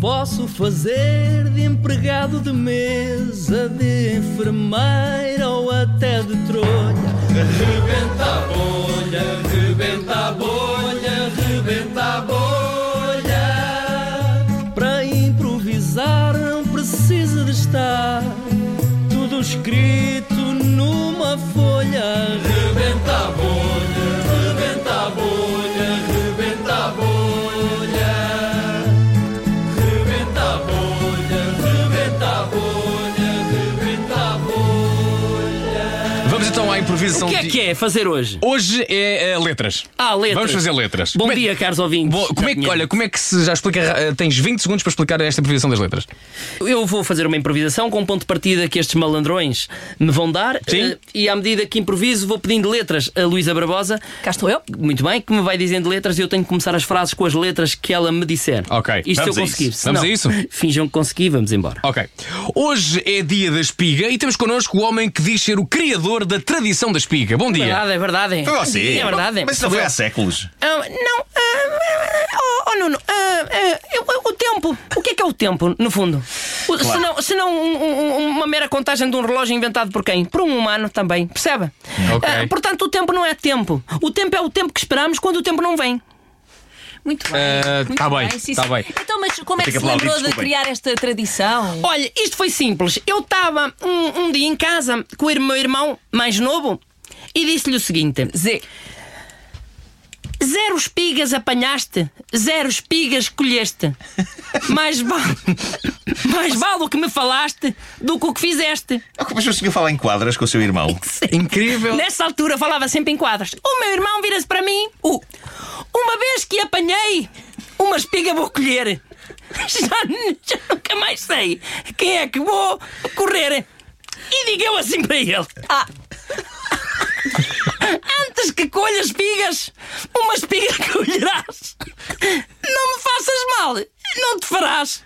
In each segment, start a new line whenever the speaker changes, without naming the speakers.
Posso fazer de empregado de mesa, de enfermeira ou até de trolha.
Rebenta a bolha, rebenta a bolha, rebenta a bolha.
Para improvisar não precisa de estar tudo escrito numa folha.
Rebenta a bolha, rebenta a bolha, rebenta a bolha. Rebenta a bolha, rebenta a bolha, rebenta a bolha.
Vamos então à improvisação.
O que é
de-
que é fazer hoje?
Hoje é eh, letras.
Ah, letras.
Vamos fazer letras.
Bom
Como é-
dia, caros ouvintes.
Bom, como é que, olha, como é que se já explica? eh, Tens 20 segundos para explicar esta improvisação das letras.
Eu vou fazer uma improvisação com um ponto de partida que estes malandrões me vão dar.
Sim.
Eh, E à medida que improviso, vou pedindo letras a Luísa Barbosa,
Cá estou eu.
muito bem, que me vai dizendo letras e eu tenho que começar as frases com as letras que ela me disser.
Ok,
Isto
vamos
se eu
a
conseguir.
isso.
Se
Vamos
não,
a isso?
Finjam que consegui, vamos embora.
Ok. Hoje é dia da espiga e temos connosco o homem que diz ser o criador da tradição da espiga. Bom
É
dia.
verdade, é verdade.
Foi você.
É verdade.
Mas isso não foi há séculos.
Ah, não, ah, ah, ah, oh, oh, Nuno, ah, ah, eu- eu- o tempo, o que é que é o tempo, no fundo? O, Senão, senão um- um- uma mera contagem de um relógio inventado por quem? Por um humano também, percebe?
Ok.
Ah, portanto, o tempo não é tempo. O tempo é o tempo que esperamos quando o tempo não vem.
Muito bem.
Eh,
muito
tá bem,
sim,
tá
sim.
bem.
Então, mas como é que
Vou
se lembrou
ter que aplaudir,
de
desculpem.
criar esta tradição?
Olha, isto foi simples. Eu estava um, um dia em casa com o ir- meu irmão mais novo e disse-lhe o seguinte:
Zé,
Zero espigas apanhaste, zero espigas colheste. Mais vale, mais vale o que me falaste do que o que fizeste.
Ah, Mas o senhor falar em quadras com o seu irmão?
Incrível.
Nessa altura falava sempre em quadras. O meu irmão vira-se para mim. "Uh, uma vez que apanhei, uma espiga vou colher. Já, n- já nunca mais sei quem é que vou correr. E digo eu assim para ele. "Ah, Antes que colhas espigas, uma espiga colherás. Não me faças mal, não te farás.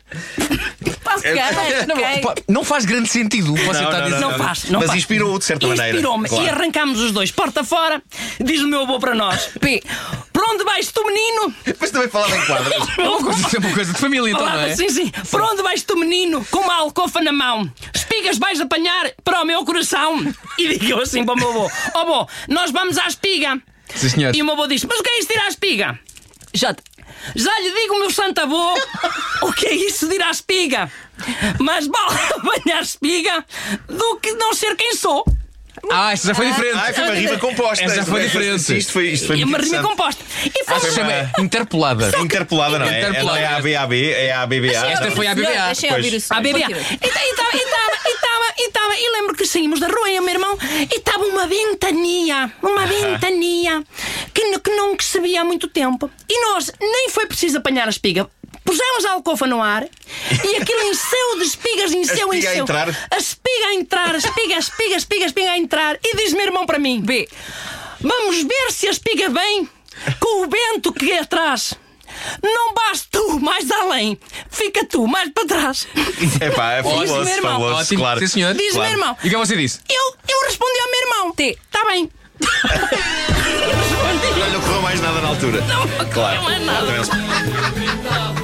passo é,
Não, pá, não faz grande sentido o que você
Não,
está a
não,
dizer.
Não faz, não
Mas
faz.
inspirou-o, de certa maneira.
Inspirou-me.
Claro.
E arrancámos os dois porta fora. Diz o meu avô para nós: P, para onde vais tu, menino?
Mas também falava em quadras.
Isso é uma coisa de família, então, não
Falava
é?
assim, sim. Para onde vais tu, menino? Com uma alcofa na mão. Espigas vais apanhar para o meu coração. E digo eu assim para o meu avô: Ó, avô, nós vamos à espiga.
Sim, senhor.
E o meu avô diz: Mas o que é isso de ir à espiga?
Jota,
Já lhe digo, meu santo avô, o que é isso de ir à espiga? Mas vale apanhar espiga do que não ser quem sou.
Ah, isto já foi diferente.
Ai, foi uma rima composta.
Essa foi diferente.
Isto- Isto foi, isto foi
É
muito
uma rima
interessante.
composta. E
Ah, se
fomos.
chama interpolada.
Interpolada, não é?
Interpolada.
Não é a B, A, B, é a B, B, A.
Esta foi a BBA.
Não, Deixem
Pois.
ouvir o som.
À BBA. E
Continua.
estava, e estava, e estava, e estava. E lembro que saímos da rua, eu e o meu irmão, e estava uma ventania, uma ventania, que, n- que não que se via há muito tempo. E nós, nem foi preciso apanhar a espiga. Pusemos a alcofa no ar e aquilo encheu de espigas, encheu,
A espiga a
encheu.
entrar.
A espiga a entrar, a espiga, a espiga, a espiga, a espiga a entrar. E diz meu irmão para mim: B, vamos ver se a espiga vem com o vento que é atrás. Não basta tu mais além, fica tu mais para trás.
Epá, é
Diz-me,
fabuloso,
irmão.
fabuloso,
Ótimo.
claro.
Sim, senhor.
Diz,
Claro.
meu irmão,
E o que você disse?
eu, eu respondi ao meu irmão: T, está bem. Eu respondi.
Não lhe ocorreu mais nada na altura.
Não, não é nada.
Claro.